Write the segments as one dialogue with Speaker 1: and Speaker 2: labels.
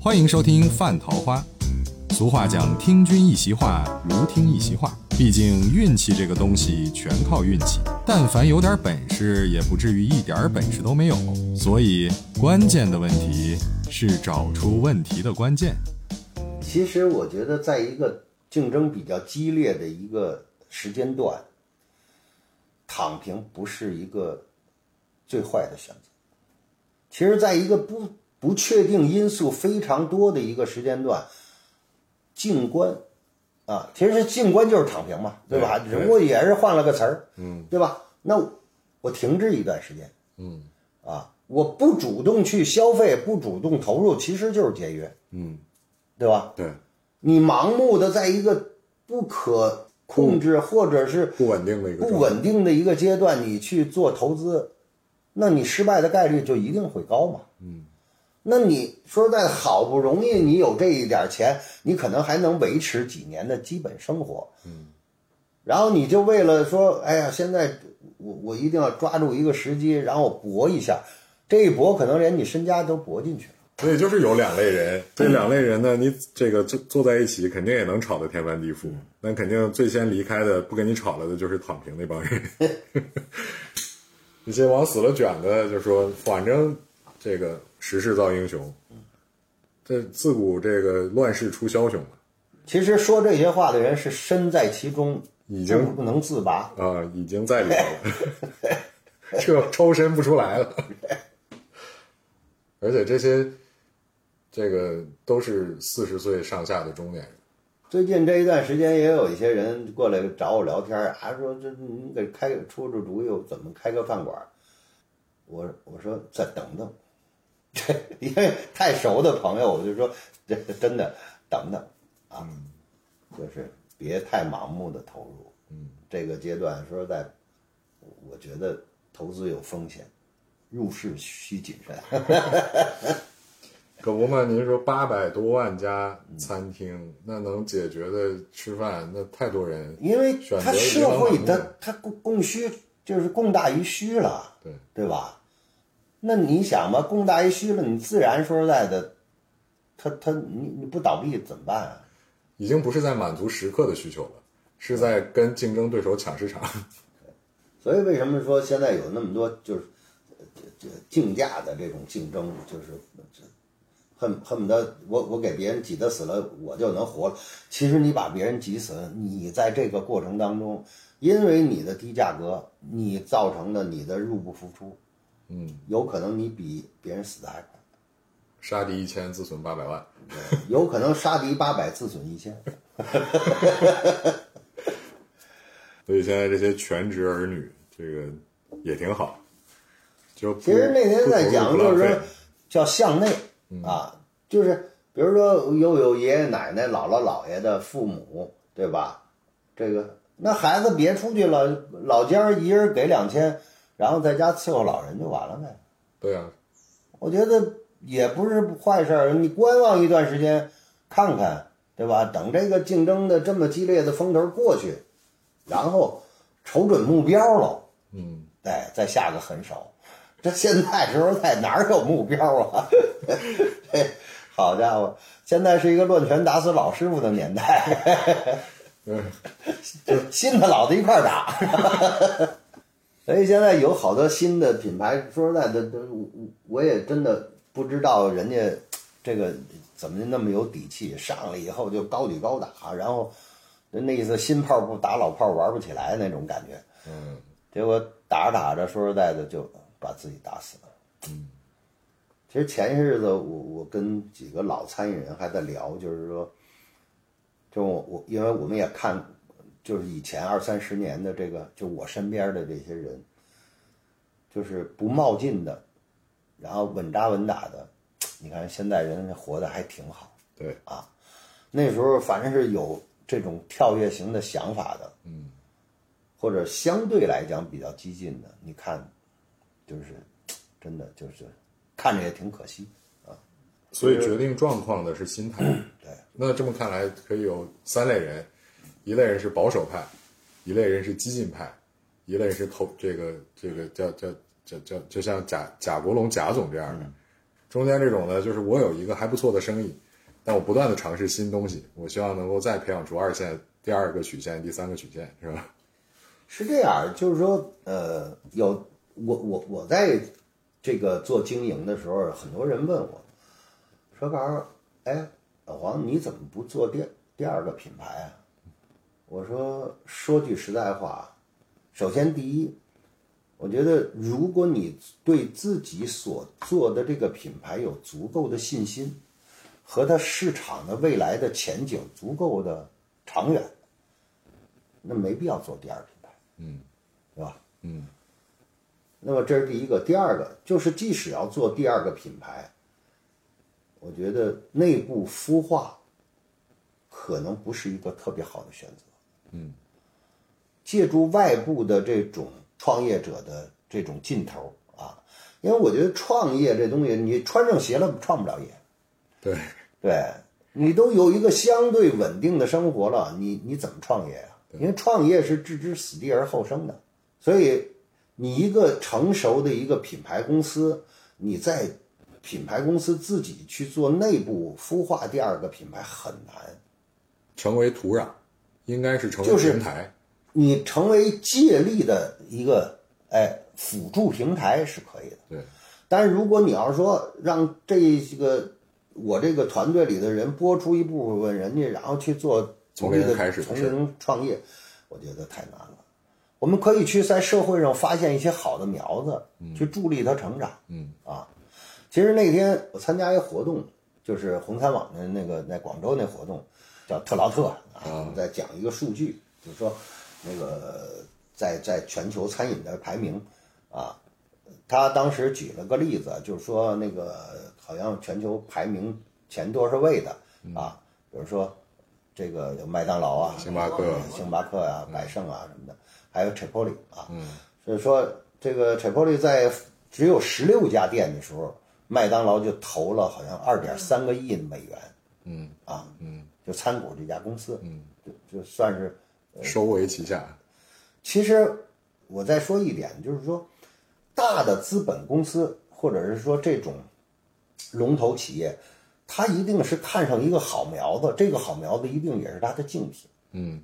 Speaker 1: 欢迎收听《范桃花》。俗话讲“听君一席话，如听一席话”，毕竟运气这个东西全靠运气，但凡有点本事，也不至于一点本事都没有。所以，关键的问题是找出问题的关键。
Speaker 2: 其实我觉得，在一个竞争比较激烈的一个时间段，躺平不是一个最坏的选择。其实，在一个不不确定因素非常多的一个时间段，静观啊，其实静观就是躺平嘛，对吧？
Speaker 1: 对对
Speaker 2: 人物也是换了个词儿，嗯，对吧？那我停滞一段时间，嗯，啊，我不主动去消费，不主动投入，其实就是节约，嗯，对吧？
Speaker 3: 对，
Speaker 2: 你盲目的在一个不可控制或者是
Speaker 3: 不稳定的一个
Speaker 2: 不
Speaker 3: 状态。
Speaker 2: 稳定的一个阶段，你去做投资，那你失败的概率就一定会高嘛。嗯，那你说实在的，好不容易你有这一点钱，你可能还能维持几年的基本生活。嗯，然后你就为了说，哎呀，现在我我一定要抓住一个时机，然后我搏一下，这一搏可能连你身家都搏进去了。
Speaker 3: 所以就是有两类人，这两类人呢，你这个坐坐在一起，肯定也能吵得天翻地覆。那肯定最先离开的，不跟你吵了的，就是躺平那帮人。那些往死了卷的，就说反正这个时势造英雄，这自古这个乱世出枭雄嘛，
Speaker 2: 其实说这些话的人是身在其中，
Speaker 3: 已经
Speaker 2: 不不能自拔。
Speaker 3: 啊、已经在里头了，这抽身不出来了。而且这些，这个都是四十岁上下的中年人。
Speaker 2: 最近这一段时间，也有一些人过来找我聊天啊，说这你给开个出出主意，我怎么开个饭馆？我我说再等等， 这因为太熟的朋友，我就说这真的等等啊，就是别太盲目的投入。嗯，这个阶段说实在，我觉得投资有风险，入市需谨慎。
Speaker 3: 可不嘛，您说八百多万家餐厅，那能解决的吃饭，那太多人。
Speaker 2: 因为
Speaker 3: 选择
Speaker 2: 它社会的它供供需就是供大于需了，
Speaker 3: 对
Speaker 2: 对吧？那你想吧，供大于需了，你自然说实在的，它它你你不倒闭怎么办啊？
Speaker 3: 已经不是在满足食客的需求了，是在跟竞争对手抢市场。
Speaker 2: 所以为什么说现在有那么多就是呃这这竞价的这种竞争，就是这恨恨不得我我给别人挤得死了，我就能活了。其实你把别人挤死，你在这个过程当中，因为你的低价格，你造成的你的入不敷出，嗯，有可能你比别人死的还快。
Speaker 3: 杀敌一千，自损八百万。
Speaker 2: 有可能杀敌八百，自损一千。
Speaker 3: 所以现在这些全职儿女，这个也挺好。就不
Speaker 2: 其实那天在
Speaker 3: 不
Speaker 2: 讲，
Speaker 3: 投入
Speaker 2: 就
Speaker 3: 不嗯
Speaker 2: 是
Speaker 3: 浪费
Speaker 2: 说叫向内啊，就是比如说又有爷爷奶奶、姥姥姥爷的父母，对吧？这个那孩子别出去了，老家儿一人给两千，然后在家伺候老人就完了呗。
Speaker 3: 对啊，
Speaker 2: 我觉得也不是坏事儿，你观望一段时间，看看，对吧？等这个竞争的这么激烈的风头过去，然后瞅准目标了，嗯，哎，再下个狠手。这现在时候在哪儿有目标啊？ 嘿好家伙，现在是一个乱拳打死老师傅的年代，新的老的一块儿打。所以现在有好多新的品牌，说实在的，都我我也真的不知道人家这个怎么那么有底气，上来以后就高举高打，然后那意思新炮不打老炮玩不起来那种感觉。
Speaker 3: 嗯，
Speaker 2: 结果打着打着，说实在的，就把自己打死了。嗯，其实前些日子我我跟几个老参与人还在聊，就是说，就我我因为我们也看，就是以前二三十年的这个，就我身边的这些人，就是不冒进的，然后稳扎稳打的，你看现在人活得还挺好。
Speaker 3: 对，
Speaker 2: 那时候反正是有这种跳跃型的想法的，嗯，或者相对来讲比较激进的，你看，就是真的就是看着也挺可惜。
Speaker 3: 所以决定状况的是心态。
Speaker 2: 对，
Speaker 3: 那这么看来，可以有三类人：一类人是保守派，一类人是激进派，一类人
Speaker 2: 嗯
Speaker 3: 是投这个这个叫叫叫叫，就像贾贾国龙贾总这样的，中间这种呢，就是我有一个还不错的生意，但我不断的尝试新东西，我希望能够再培养出二线、第二个曲线、第三个曲线，是吧？
Speaker 2: 是这样，就是说，呃，有我我我在这个做经营的时候，很多人问我，说告诉，哎，老黄，你怎么不做第第二个品牌啊？我说说句实在话，首先第一，我觉得如果你对自己所做的这个品牌有足够的信心，和它市场的未来的前景足够的长远，那没必要做第二品牌，
Speaker 3: 嗯，
Speaker 2: 对吧？
Speaker 3: 嗯，
Speaker 2: 那么这是第一个，第二个就是即使要做第二个品牌，我觉得内部孵化可能不是一个特别好的选择。
Speaker 3: 嗯，
Speaker 2: 借助外部的这种创业者的这种劲头啊，因为我觉得创业这东西，你穿上鞋了创不了业，
Speaker 3: 对，
Speaker 2: 对你都有一个相对稳定的生活了，你你怎么创业啊？因为创业是置之死地而后生的，所以你一个成熟的一个品牌公司，你在品牌公司自己去做内部孵化第二个品牌很难。
Speaker 3: 成为土壤，应该是成为
Speaker 2: 就是
Speaker 3: 平台，
Speaker 2: 你成为借力的一个哎辅助平台是可以的，
Speaker 3: 对，
Speaker 2: 但是如果你要是说让这个我这个团队里的人拨出一部分人家，然后去做
Speaker 3: 从零
Speaker 2: 独立的
Speaker 3: 开始的
Speaker 2: 从
Speaker 3: 事儿
Speaker 2: 零创业，我觉得太难了。我们可以去在社会上发现一些好的苗子，去助力它成长。
Speaker 3: 嗯
Speaker 2: 啊，其实那天我参加一活动，就是红餐网的那个在广州那活动，叫特劳特啊，我们在讲一个数据，就是说那个在在全球餐饮的排名啊，他当时举了个例子，就是说那个好像全球排名前多少位的啊，比如说这个有麦当劳啊、
Speaker 3: 嗯星巴克
Speaker 2: 星巴克啊、百胜啊什么的，还有 Chipotle 啊，
Speaker 3: 嗯
Speaker 2: 所以说这个 Chipotle 在只有十六家店的时候，麦当劳就投了好像二点三个亿美元
Speaker 3: 嗯
Speaker 2: 啊，
Speaker 3: 嗯
Speaker 2: 就参股这家公司，
Speaker 3: 嗯，
Speaker 2: 就就算是
Speaker 3: 收为旗下，
Speaker 2: 其实我再说一点，就是说，大的资本公司或者是说这种龙头企业，它一定是看上一个好苗子，这个好苗子一定也是它的竞品。
Speaker 3: 嗯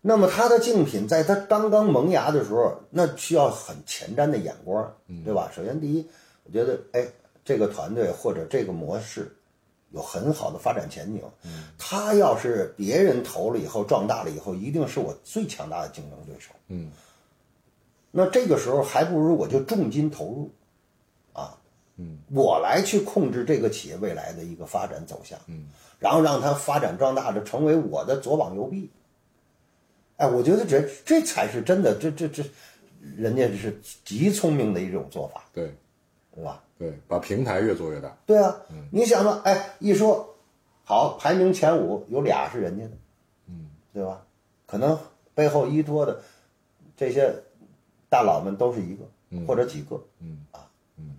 Speaker 2: 那么它的竞品在它刚刚萌芽的时候，那需要很前瞻的眼光，对吧？首先第一，我觉得哎，这个团队或者这个模式有很好的发展前景。
Speaker 3: 嗯
Speaker 2: 它要是别人投了以后壮大了以后，一定是我最强大的竞争对手。
Speaker 3: 嗯，
Speaker 2: 那这个时候还不如我就重金投入，啊，
Speaker 3: 嗯，
Speaker 2: 我来去控制这个企业未来的一个发展走向，
Speaker 3: 嗯，
Speaker 2: 然后让它发展壮大的成为我的左膀右臂。哎，我觉得这这才是真的，这这这，人家是极聪明的一种做法，
Speaker 3: 对
Speaker 2: 对吧？
Speaker 3: 对，把平台越做越大，
Speaker 2: 对啊，
Speaker 3: 嗯
Speaker 2: 你想吧，哎，一说好排名前五有俩是人家的，嗯，对吧？可能背后依托的这些大佬们都是一个、或者几个，
Speaker 3: 嗯
Speaker 2: 啊，嗯。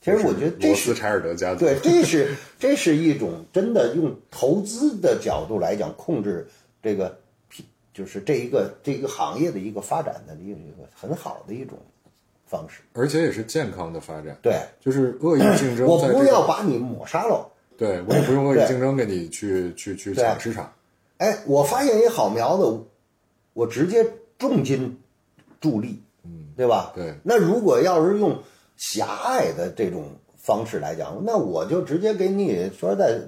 Speaker 2: 其实我觉得这
Speaker 3: 罗
Speaker 2: 是
Speaker 3: 斯柴尔德家族，
Speaker 2: 对，这是这是一种真的用投资的角度来讲控制这个品，就是这一个这一个行业的一个发展的一个一个很好的一种方式。
Speaker 3: 而且也是健康的发展，
Speaker 2: 对，
Speaker 3: 就是恶意竞争，
Speaker 2: 我
Speaker 3: 在
Speaker 2: 不
Speaker 3: 这个
Speaker 2: 要把你抹杀了。
Speaker 3: 对我也不用恶意
Speaker 2: 对
Speaker 3: 竞争跟你去去去
Speaker 2: 对
Speaker 3: 抢市场，
Speaker 2: 哎，我发现一好苗子，我直接重金助力，嗯，对吧？
Speaker 3: 对
Speaker 2: 那如果要是用狭隘的这种方式来讲，那我就直接给你说实在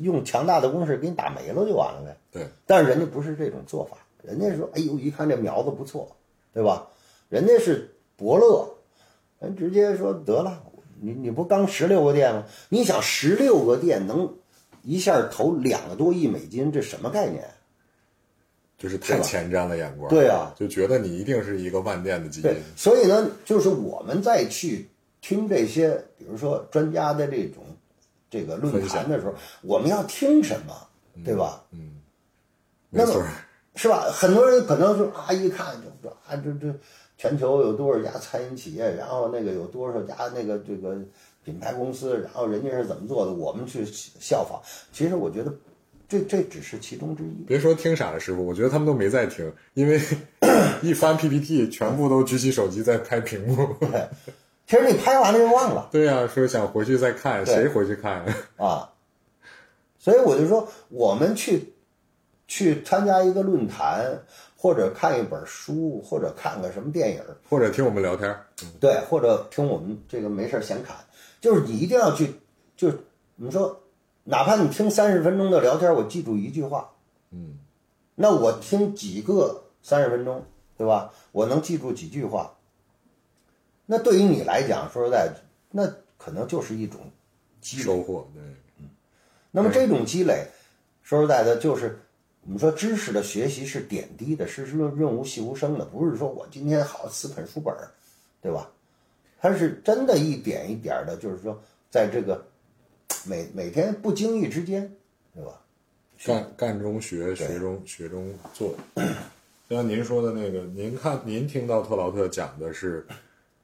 Speaker 2: 用强大的攻势给你打没了就完了呗。
Speaker 3: 对，
Speaker 2: 但是人家不是这种做法，人家说，哎呦，一看这苗子不错，对吧？人家是伯乐，人直接说得了，你你不刚十六个店吗？你想十六个店能一下投两个多亿美金，这什么概念？啊
Speaker 3: 就是太
Speaker 2: 对吧
Speaker 3: 前瞻了眼光，
Speaker 2: 对啊
Speaker 3: 就觉得你一定是一个万店的基因
Speaker 2: 对，，所以呢，就是我们在去听这些，比如说专家的这种这个论
Speaker 3: 分享嗯
Speaker 2: 坛的时候，我们要听什么，对吧？
Speaker 3: 没
Speaker 2: 那
Speaker 3: 错
Speaker 2: 么，是吧？很多人可能说啊，一看就说啊，这这全球有多少家餐饮企业，然后那个有多少家那个这个品牌公司，然后人家是怎么做的，我们去效仿。其实我觉得这这只是其中之一。
Speaker 3: 别说听傻了，师傅，我觉得他们都没在 听，因为一翻 PPT，全部都举起手机在拍屏幕，
Speaker 2: 其实你拍完了就忘了
Speaker 3: 对呀、啊说想回去再看，
Speaker 2: 对
Speaker 3: 谁回去看？
Speaker 2: 啊。所以我就说，我们去去参加一个论坛，或者看一本书，或者看个什么电影儿，
Speaker 3: 或者听我们聊天儿，嗯
Speaker 2: 对，或者听我们这个没事儿闲侃，就是你一定要去，就是你说，哪怕你听三十分钟的聊天，我记住一句话，
Speaker 3: 嗯，
Speaker 2: 那我听几个三十分钟，对吧？我能记住几句话，那对于你来讲，说实在，那可能就是一种积累。
Speaker 3: 收获对。
Speaker 2: 那么这种积累，说实在的，就是我们说知识的学习是点滴的，是润润物细无声的，不是说我今天好死啃书本儿，对吧？它是真的一点一点的，就是说在这个每每天不经意之间，对吧？
Speaker 3: 干干中学，学中学中做。 就像您说的那个，您看您听到特劳特讲的是，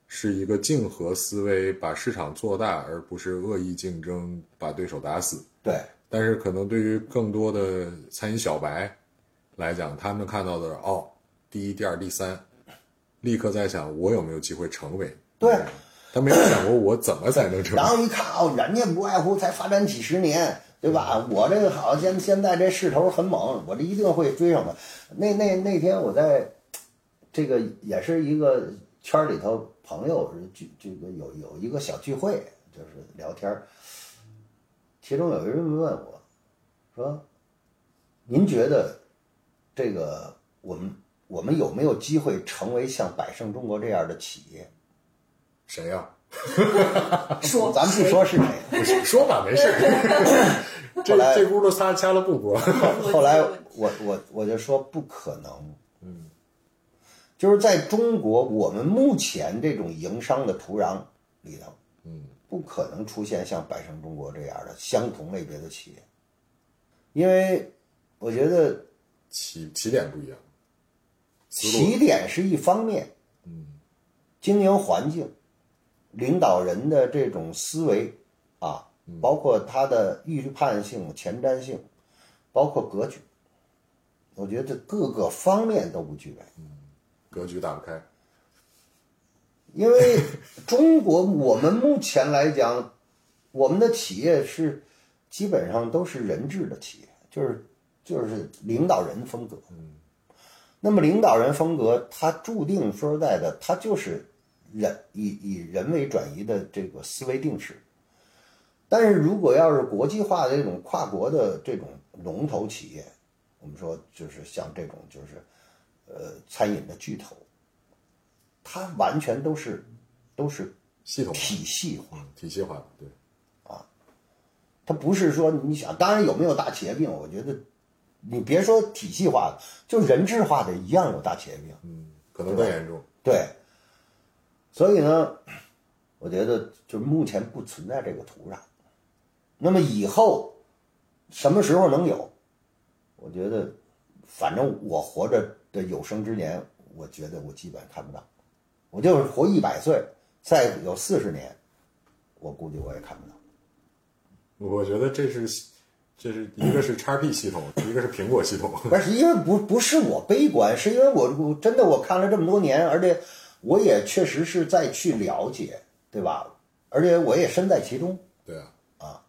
Speaker 3: 是一个竞合思维，把市场做大，而不是恶意竞争，把对手打死。
Speaker 2: 对
Speaker 3: 但是可能对于更多的餐饮小白来讲，他们看到的是哦，第一、第二、第三，立刻在想我有没有机会成为。
Speaker 2: 对，
Speaker 3: 他没有想过我怎么才能成为
Speaker 2: 然。后一看哦，人家不外乎才发展几十年，对吧？我这个好，现现在这势头很猛，我这一定会追上的。那那那天我在这个也是一个圈里头朋友聚，这个有有一个小聚会，就是聊天儿其中有一人问我，说：“您觉得这个我们我们有没有机会成为像百胜中国这样的企业
Speaker 3: 谁呀、？”
Speaker 4: 说
Speaker 2: 咱们不说是谁。
Speaker 3: 不是说 吧，没事儿。这
Speaker 2: 后来
Speaker 3: 这轱辘仨掐了不播。
Speaker 4: 我
Speaker 2: 后来
Speaker 4: 记得问
Speaker 2: 我我我就说不可能，嗯，就是在中国我们目前这种营商的土壤里头，
Speaker 3: 嗯，
Speaker 2: 不可能出现像百胜中国这样的相同类别的企业，因为我觉得
Speaker 3: 起起点不一样。思路
Speaker 2: 起点是一方面，嗯，经营环境、领导人的这种思维啊，
Speaker 3: 嗯
Speaker 2: 包括他的预判性、前瞻性，包括格局，我觉得各个方面都不具备。
Speaker 3: 格局打不开。
Speaker 2: 因为中国我们目前来讲，我们的企业是基本上都是人治的企业，就是就是领导人风格。嗯，那么领导人风格，它注定说实在的，它就是人以以人为转移的这个思维定式。但是如果要是国际化的这种跨国的这种龙头企业，我们说就是像这种就是，呃，餐饮的巨头，它完全都是都是
Speaker 3: 系统
Speaker 2: 体系化，
Speaker 3: 体系化的，对，
Speaker 2: 它不是说你想，当然有没有大企业病，我觉得你别说体系化的，就人治化的一样有大企业病。
Speaker 3: 嗯，可能更严重。
Speaker 2: 对，所以呢，我觉得就目前不存在这个土壤。那么以后什么时候能有？我觉得，反正我活着的有生之年，我觉得我基本看不到。我就是活一百岁，再有四十年，我估计我也看不到。
Speaker 3: 我觉得这是，这是一个是 x P 系统，一个是苹果系统。
Speaker 2: 不是因为不不是我悲观，是因为我我真的我看了这么多年，而且我也确实是在去了解，对吧？而且我也身在其中。
Speaker 3: 对啊，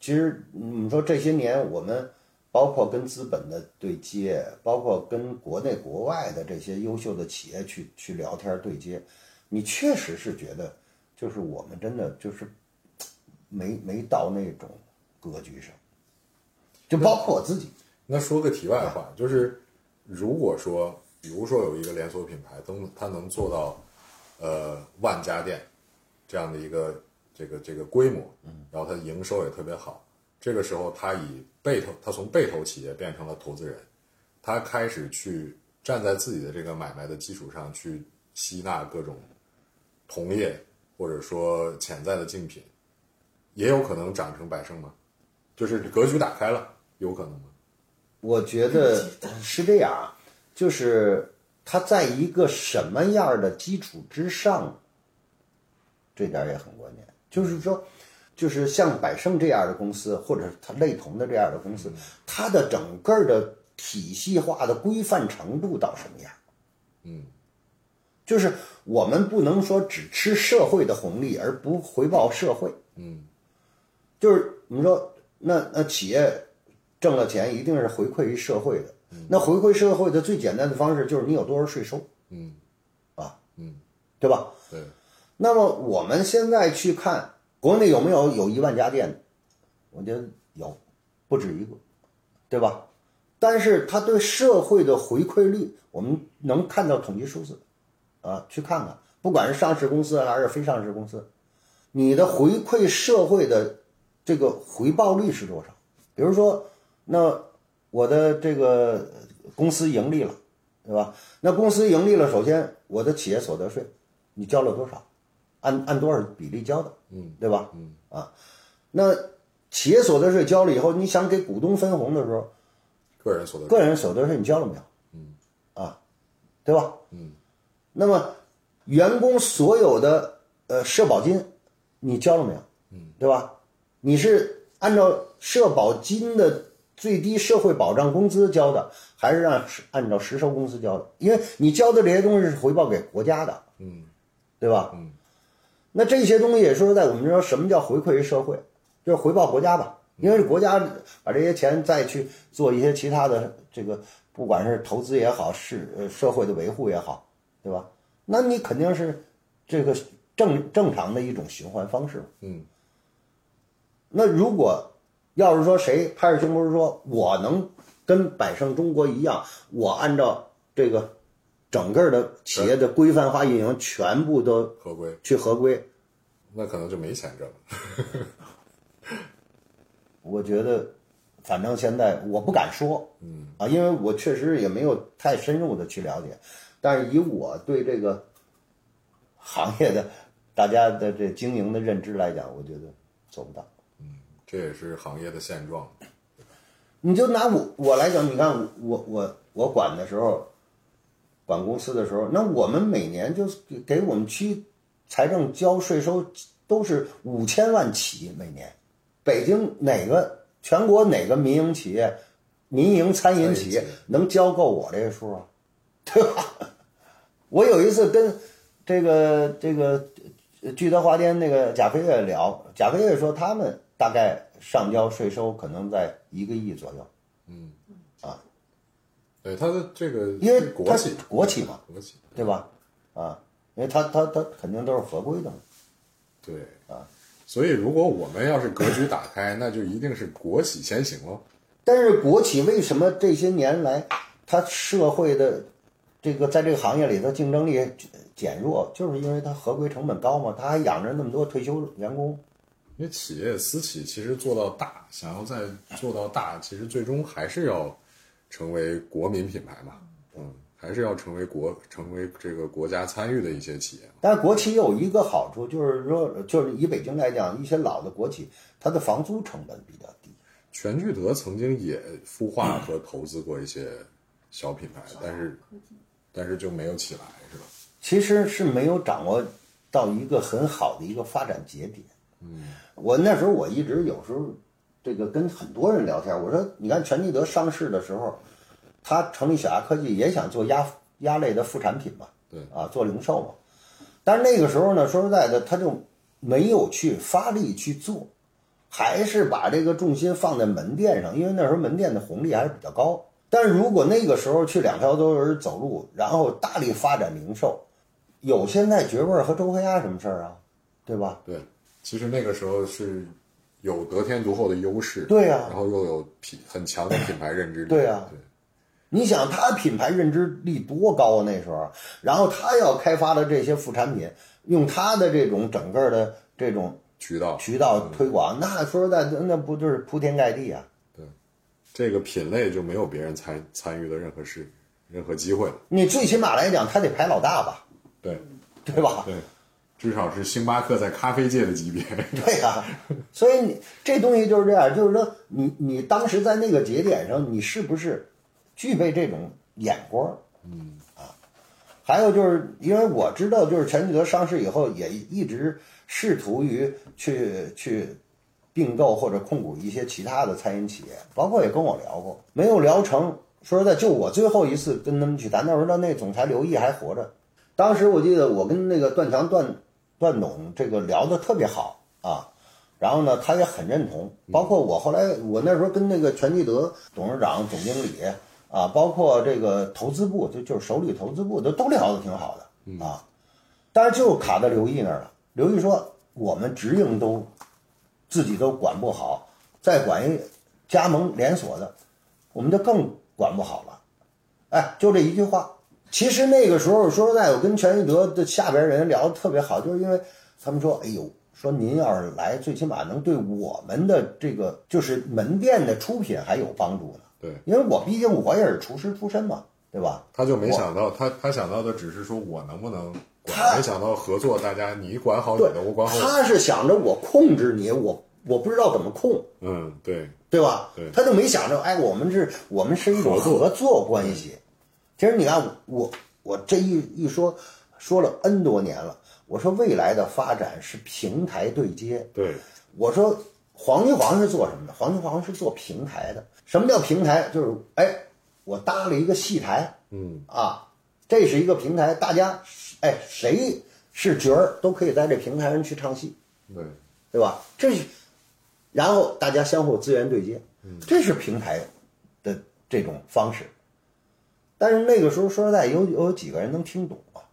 Speaker 2: 其实你说这些年我们包括跟资本的对接，包括跟国内国外的这些优秀的企业去去聊天对接，你确实是觉得就是我们真的就是没没到那种格局上，就包括我自己，
Speaker 3: 那说个题外话，就是如果说，比如说有一个连锁品牌，能它能做到，呃，万家店这样的一个这个这个规模，嗯，然后它营收也特别好，这个时候它以被投，它从被投企业变成了投资人，他开始去站在自己的这个买卖的基础上去吸纳各种同业或者说潜在的竞品，也有可能长成百胜吗？就是格局打开了，有可能吗？
Speaker 2: 我觉得是这样，就是它在一个什么样的基础之上，这点儿也很关键。就是说，就是像百胜这样的公司，或者是它类同的这样的公司，它的整个的体系化的规范程度到什么样？
Speaker 3: 嗯，
Speaker 2: 就是我们不能说只吃社会的红利而不回报社会。
Speaker 1: 嗯，
Speaker 2: 就是你说那那企业挣了钱一定是回馈于社会的，那回馈社会的最简单的方式就是你有多少税收，
Speaker 1: 嗯，
Speaker 2: 啊，
Speaker 1: 嗯，
Speaker 2: 对吧？
Speaker 1: 对，
Speaker 2: 那么我们现在去看国内有没有有一万家店的，我觉得有，不止一个，对吧？但是它对社会的回馈率，我们能看到统计数字，啊，去看看，不管是上市公司还是非上市公司，你的回馈社会的这个回报率是多少？比如说，那我的这个公司盈利了，对吧？那公司盈利了，首先我的企业所得税，你交了多少？按按多少比例交的？
Speaker 1: 嗯，
Speaker 2: 对吧？
Speaker 1: 嗯
Speaker 2: 啊，那企业所得税交了以后，你想给股东分红的时候，
Speaker 3: 个人所得税
Speaker 2: 个人所得税你交了没有？嗯，啊，对吧？
Speaker 1: 嗯，
Speaker 2: 那么员工所有的呃社保金，你交了没有？嗯，对吧？你是按照社保金的最低社会保障工资交的，还是按按照实收工资交的？因为你交的这些东西是回报给国家的，嗯，对吧？
Speaker 1: 嗯，
Speaker 2: 那这些东西也说实在，我们说什么叫回馈于社会，就是回报国家吧。因为国家把这些钱再去做一些其他的这个，不管是投资也好，是呃社会的维护也好，对吧？那你肯定是这个正正常的一种循环方式。
Speaker 1: 嗯。
Speaker 2: 那如果要是说谁拍着胸脯说我能跟百胜中国一样，我按照这个整个的企业的规范化运营，全部都
Speaker 3: 合规，
Speaker 2: 去合规，
Speaker 3: 那可能就没钱挣了。
Speaker 2: 我觉得，反正现在我不敢说，嗯啊，因为我确实也没有太深入的去了解，但是以我对这个行业的大家的这经营的认知来讲，我觉得做不到。
Speaker 3: 这也是行业的现状。
Speaker 2: 你就拿我我来讲，你看我我我我管的时候，管公司的时候，那我们每年就是给给我们区财政交税收都是五千万起每年，北京哪个全国哪个民营企业、民营餐饮企
Speaker 3: 餐饮
Speaker 2: 业
Speaker 3: 企业
Speaker 2: 能交够我这个数啊？ 对吧？我有一次跟这个这个呃聚德华天那个贾飞跃聊，贾飞跃说他们大概上交税收可能在一个亿左右。
Speaker 3: 对他的这个，
Speaker 2: 因为
Speaker 3: 是国
Speaker 2: 它
Speaker 3: 企，
Speaker 2: 国企嘛，
Speaker 3: 国企，
Speaker 2: 对吧？啊，因为他他他肯定都是合规的嘛。
Speaker 3: 对啊。所以，如果我们要是格局打开， 那就一定是国企先行喽。
Speaker 2: 但是国企为什么这些年来，它社会的这个在这个行业里头竞争力减弱，就是因为它合规成本高嘛，它还养着那么多退休员工。
Speaker 3: 因为企业私企其实做到大，想要再做到大，其实最终还是要成为国民品牌嘛，嗯，还是要成为国成为这个国家参与的一些企业嘛。
Speaker 2: 但是国企有一个好处，就是说，就是以北京来讲，一些老的国企，它的房租成本比较低。
Speaker 3: 全聚德曾经也孵化和投资过一些小品牌，但是但是就没有起来，是吧？
Speaker 2: 其实是没有掌握到一个很好的一个发展节点。嗯，我那时候我一直有时候这个跟很多人聊天，我说你看全聚德上市的时候，他成立小鸭科技也想做鸭鸭类的副产品嘛，
Speaker 3: 对
Speaker 2: 啊，做零售嘛。但是那个时候呢，说实在的，他就没有去发力去做，还是把这个重心放在门店上，因为那时候门店的红利还是比较高。但是如果那个时候去两条多人走路，然后大力发展零售，有现在绝味儿和周黑鸭什么事儿啊？对吧？
Speaker 3: 对，其实那个时候是有得天独厚的优势，
Speaker 2: 对呀
Speaker 3: 然后又有品很强的品牌认知力，
Speaker 2: 对啊呀
Speaker 3: 对，
Speaker 2: 你想他品牌认知力多高啊那时候，然后他要开发的这些副产品，用他的这种整个的这种
Speaker 3: 渠道
Speaker 2: 渠道推广，那说实在的，那不就是铺天盖地啊？
Speaker 3: 这个品类就没有别人参参与的任何事、任何机会了。
Speaker 2: 你最起码来讲，他得排老大吧，
Speaker 3: 对
Speaker 2: 对吧？
Speaker 3: 对，至少是星巴克在咖啡界的级别。
Speaker 2: 对呀、所以你这东西就是这样，就是说你你当时在那个节点上，你是不是具备这种眼光？嗯啊，还有就是因为我知道，就是全聚德上市以后，也一直试图于去去并购或者控股一些其他的餐饮企业，包括也跟我聊过，没有聊成。说实在，就我最后一次跟他们去谈，那时候那总裁刘毅还活着，当时我记得我跟那个段强段段董这个聊得特别好啊，然后呢，他也很认同，包括我后来我那时候跟那个全聚德董事长、总经理啊，包括这个投资部，就就是手里投资部都都聊得挺好的啊，但是就卡在刘毅那儿了。刘毅说我们直营都自己都管不好，再管一加盟连锁的，我们就更管不好了。哎，就这一句话。其实那个时候说实在，我跟全聚德的下边人聊得特别好，就是因为他们说，哎呦，说您要是来，最起码能对我们的这个就是门店的出品还有帮助呢。
Speaker 3: 对，
Speaker 2: 因为我毕竟我也是厨师出身嘛，对吧？
Speaker 3: 他就没想到，他他想到的只是说我能不能管，没想到合作，大家你管好你
Speaker 2: 对
Speaker 3: 的，我管好，我的。
Speaker 2: 他是想着我控制你，我我不知道怎么控，
Speaker 3: 嗯，对，
Speaker 2: 对吧？
Speaker 3: 对
Speaker 2: 他就没想着，哎，我们是，我们是一种
Speaker 3: 合作
Speaker 2: 合作关系。其实你看，我我这一一说，说了 N 多年了。我说未来的发展是平台对接。
Speaker 3: 对，
Speaker 2: 我说黄金黄是做什么的？黄金黄是做平台的。什么叫平台？就是哎，我搭了一个戏台，
Speaker 3: 嗯，
Speaker 2: 啊，这是一个平台，大家哎谁是角儿都可以在这平台上去唱戏。
Speaker 3: 对，
Speaker 2: 对吧？这是，然后大家相互资源对接，这是平台的这种方式。但是那个时候说实在，有有几个人能听懂啊？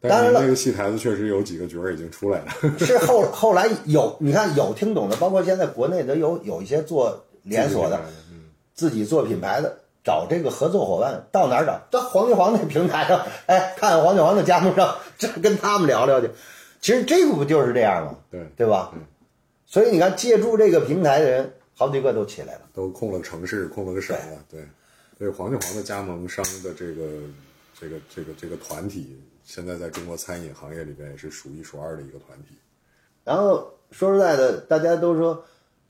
Speaker 2: 当
Speaker 3: 但
Speaker 2: 然
Speaker 3: 是
Speaker 2: 了
Speaker 3: 那个戏台子确实有几个角儿已经出来了，
Speaker 2: 是后 后来有你看有听懂的，包括现在国内的有有一些做连锁 的，自己做品牌的，找这个合作伙伴到哪儿找？到黄金黄那平台上，哎，看看黄金黄的加盟商，这跟他们聊聊去。其实这个不就是这样吗？
Speaker 3: 对，
Speaker 2: 对嗯吧？所以你看，借助这个平台的人，好几个都起来了。
Speaker 3: 都控了个城市，控了个省了，对，对，黄金黄的加盟商的这个这个这个这个团体，现在在中国餐饮行业里边也是数一数二的一个团体，
Speaker 2: 然后说实在的，大家都说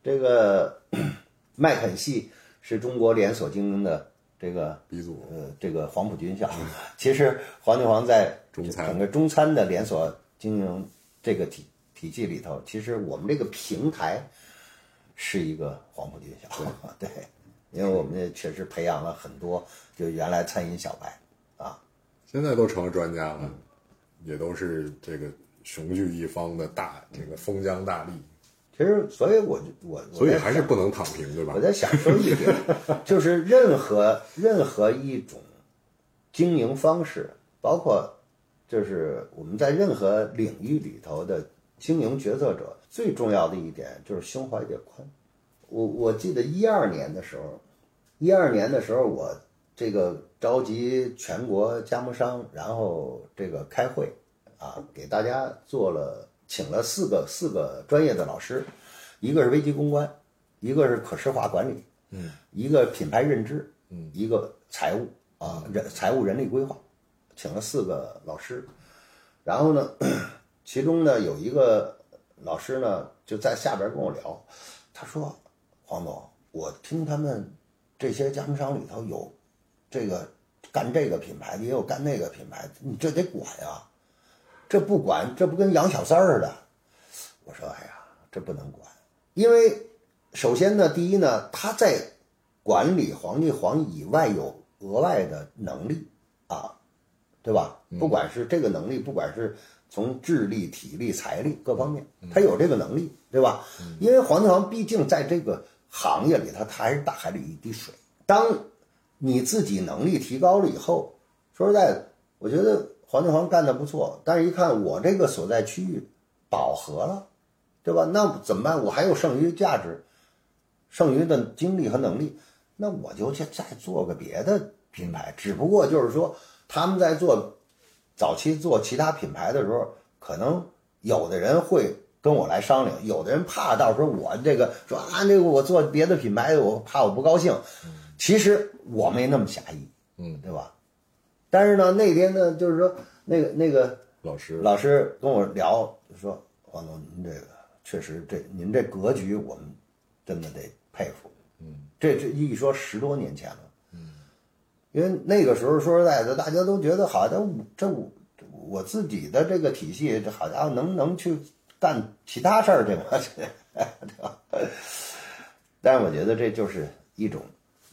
Speaker 2: 这个 麦肯锡是中国连锁经营的这个
Speaker 3: 鼻祖，
Speaker 2: 呃这个黄埔军校。 其实黄金黄在
Speaker 3: 中餐
Speaker 2: 整个中餐的连锁经营这个体体系里头，其实我们这个平台是一个黄埔军校， 对。因为我们也确实培养了很多，就原来餐饮小白，
Speaker 3: 现在都成了专家了，也都是这个雄踞一方的大这个封疆大吏，
Speaker 2: 其实所以我就我我
Speaker 3: 所以
Speaker 2: 在
Speaker 3: 还是不能躺平，对吧
Speaker 2: 我？在想说一点，就是任何任何一种经营方式，包括就是我们在任何领域里头的经营决策者，最重要的一点就是胸怀得宽。我我记得一二年的时候，一二年的时候我这个召集全国加盟商，然后这个开会啊，给大家做了请了四个四个专业的老师，一个是危机公关，一个是可视化管理，嗯，一个品牌认知，嗯，一个财务啊人财务人力规划，请了四个老师，然后呢，其中呢有一个老师呢就在下边跟我聊，他说：“黄总，我听他们这些加盟商里头有这个干这个品牌的，也有干那个品牌的，你这得管呀，这不管这不跟养小三儿似的。”我说：“哎呀，这不能管，因为首先呢，第一呢，他在管理黄帝黄以外有额外的能力啊，对吧？不管是这个能力，不管是从智力、体力、财力各方面，他有这个能力，对吧？因为黄帝黄毕竟在这个行业里头，他还是大海里一滴水。当你自己能力提高了以后，说实在的，我觉得黄帝黄干得不错，但是一看我这个所在区域饱和了，对吧？那怎么办？我还有剩余价值，剩余的精力和能力，那我就去再做个别的品牌。只不过就是说，他们在做早期做其他品牌的时候，可能有的人会跟我来商量，有的人怕到时候我这个说啊，这个我做别的品牌，我怕我不高兴。其实我没那么狭义，
Speaker 3: 嗯，
Speaker 2: 对吧？但是呢，那天呢，就是说那个那个
Speaker 3: 老师，
Speaker 2: 老师跟我聊，就说黄总，您这个确实这您这格局，我们真的得佩服。嗯，这这一说十多年前了。嗯，因为那个时候说实在的，大家都觉得好像我这我这我自己的这个体系，这好家伙能能去干其他事儿去吗？对吧？ 但是我觉得这就是一种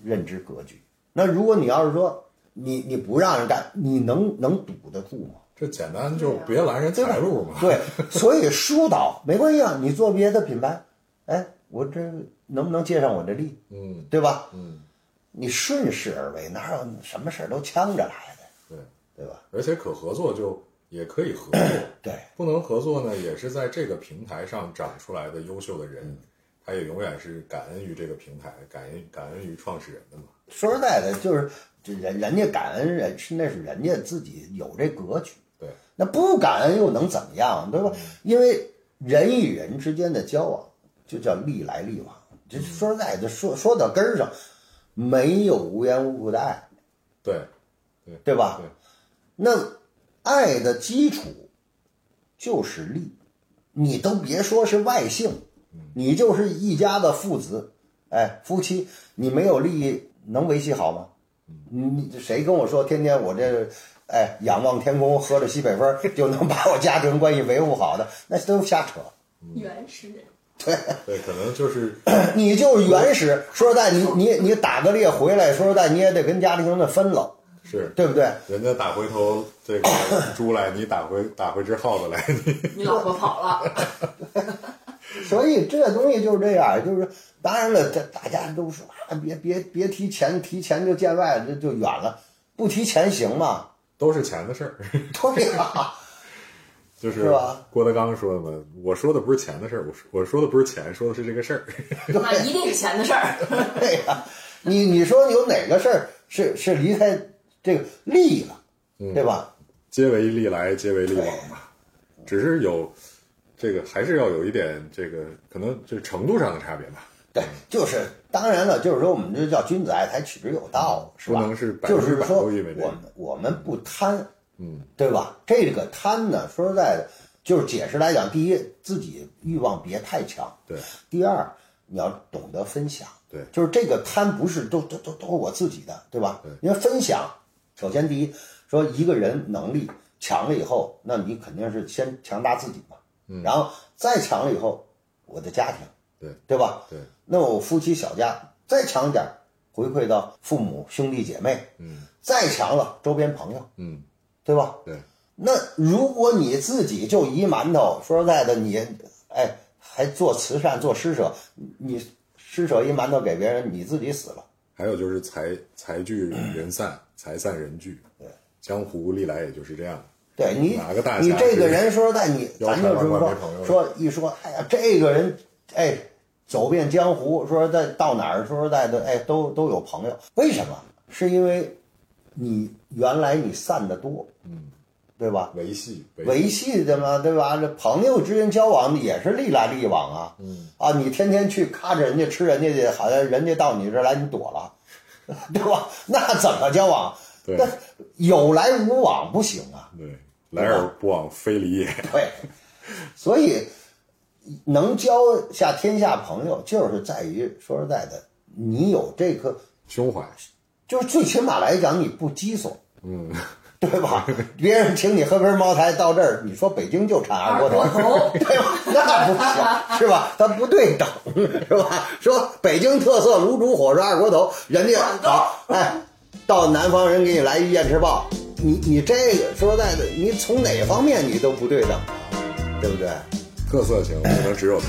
Speaker 2: 认知格局。那如果你要是说你你不让人干，你能能堵得住吗？
Speaker 3: 这简单就别拦人财路嘛。
Speaker 2: 对，啊所以疏导没关系啊，你做别的品牌，哎，我这能不能借上我的力？
Speaker 3: 嗯
Speaker 2: 对吧？
Speaker 3: 嗯，
Speaker 2: 你顺势而为，哪有什么事儿都呛着来的，
Speaker 3: 对，
Speaker 2: 对吧？
Speaker 3: 而且可合作就也可以 合作，
Speaker 2: 对，
Speaker 3: 不能合作呢，也是在这个平台上长出来的优秀的人，他也永远是感恩于这个平台，感恩感恩于创始人的嘛。
Speaker 2: 说实在的，就是这人人家感恩人是那是人家自己有这格局，
Speaker 3: 对，
Speaker 2: 那不感恩又能怎么样，对吧？因为人与人之间的交往就叫利来利往，这说实在的，说说到根儿上，没有无缘无故的爱，
Speaker 3: 对，
Speaker 2: 对吧？
Speaker 3: 对
Speaker 2: 那爱的基础就是利，你都别说是外姓，你就是一家的父子，哎，夫妻，你没有利益能维系好吗？你谁跟我说天天我这，哎，仰望天空，喝着西北风就能把我家庭关系维护好的，那都瞎扯。
Speaker 4: 原始人，
Speaker 3: 对，可能就是
Speaker 2: 你就是原始，说实在，你你你打个猎回来，说实在，你也得跟家庭的分了，
Speaker 3: 是
Speaker 2: 对不对？
Speaker 3: 人家打回头这个猪来，你打回打回只耗子来，你
Speaker 4: 你老婆跑了，
Speaker 2: 所以这东西就是这样，就是当然了，这大家都说啊，别别别提钱，提钱就见外了，这就远了。不提钱行吗？
Speaker 3: 都是钱的事儿。
Speaker 2: 对呀、
Speaker 3: 就是是
Speaker 2: 吧
Speaker 3: 郭德纲说的嘛，我说的不是钱的事儿，我说我说的不是钱，说的是这个事儿。
Speaker 4: 那一定是钱的事儿。
Speaker 2: 对呀、你你说有哪个事儿是是离开这个利益了，对吧？
Speaker 3: 皆为利来，皆为利往嘛。只是有这个，还是要有一点这个，可能就是程度上的差别吧。
Speaker 2: 对，就是当然了，就是说我们这叫君子爱财，取之有道，是吧？
Speaker 3: 不能是百
Speaker 2: 就
Speaker 3: 分之
Speaker 2: 是
Speaker 3: 百
Speaker 2: 说
Speaker 3: 都意味着
Speaker 2: 我们我们不贪，
Speaker 3: 嗯，
Speaker 2: 对吧？这个贪呢，说实在的，就是解释来讲，第一，自己欲望别太强，
Speaker 3: 对
Speaker 2: 第二，你要懂得分享，
Speaker 3: 对
Speaker 2: 就是这个贪不是都都都都是我自己的，对吧？
Speaker 3: 对
Speaker 2: 因为分享，首先第一，说一个人能力强了以后，那你肯定是先强大自己嘛，嗯，然后再强了以后，我的家庭，
Speaker 3: 对
Speaker 2: 对吧？
Speaker 3: 对，
Speaker 2: 那我夫妻小家再强一点，回馈到父母兄弟姐妹，
Speaker 3: 嗯
Speaker 2: 再强了周边朋友，
Speaker 3: 嗯，
Speaker 2: 对吧？
Speaker 3: 对
Speaker 2: 那如果你自己就一馒头，说实在的，你哎还做慈善做施舍，你你施舍一馒头给别人，你自己死了。
Speaker 3: 还有就是财财聚人散，财散人聚。
Speaker 2: 对，
Speaker 3: 江湖历来也就是这样。
Speaker 2: 对你
Speaker 3: 哪个大侠
Speaker 2: 你这个
Speaker 3: 是
Speaker 2: 人说实在你，
Speaker 3: 腰
Speaker 2: 咱
Speaker 3: 缠
Speaker 2: 就
Speaker 3: 万
Speaker 2: 是
Speaker 3: 贯
Speaker 2: 说
Speaker 3: 没朋友了
Speaker 2: 说一说，哎呀，这个人哎走遍江湖，说实在到哪儿说实在的，哎都都有朋友，为什么？是因为你原来你散的多，嗯，对吧？
Speaker 3: 维系
Speaker 2: 维系的嘛，对吧？这朋友之间交往也是利来利往啊。嗯啊，你天天去咔着人家吃人家去，好像人家到你这儿来你躲了， 对吧？那怎么交往？
Speaker 3: 对
Speaker 2: 那有来无往不行啊。
Speaker 3: 对，来而不往非礼也。
Speaker 2: 对，所以能交下天下朋友，就是在于说实在的，你有这颗，
Speaker 3: 胸怀，
Speaker 2: 就是最起码来讲，你不激怂。
Speaker 3: 嗯，
Speaker 2: 对吧？别人请你喝瓶茅台，到这儿你说北京就产二锅头，
Speaker 4: 二锅头
Speaker 2: 对吧？那不行，是吧？它不对等，是吧？说北京特色卤煮火烧二锅头，人家
Speaker 4: 管够
Speaker 2: 好，哎，到南方人给你来一燕翅鲍，你你这个说实在的，你从哪方面你都不对等，对不对？
Speaker 3: 特色型可能只有他。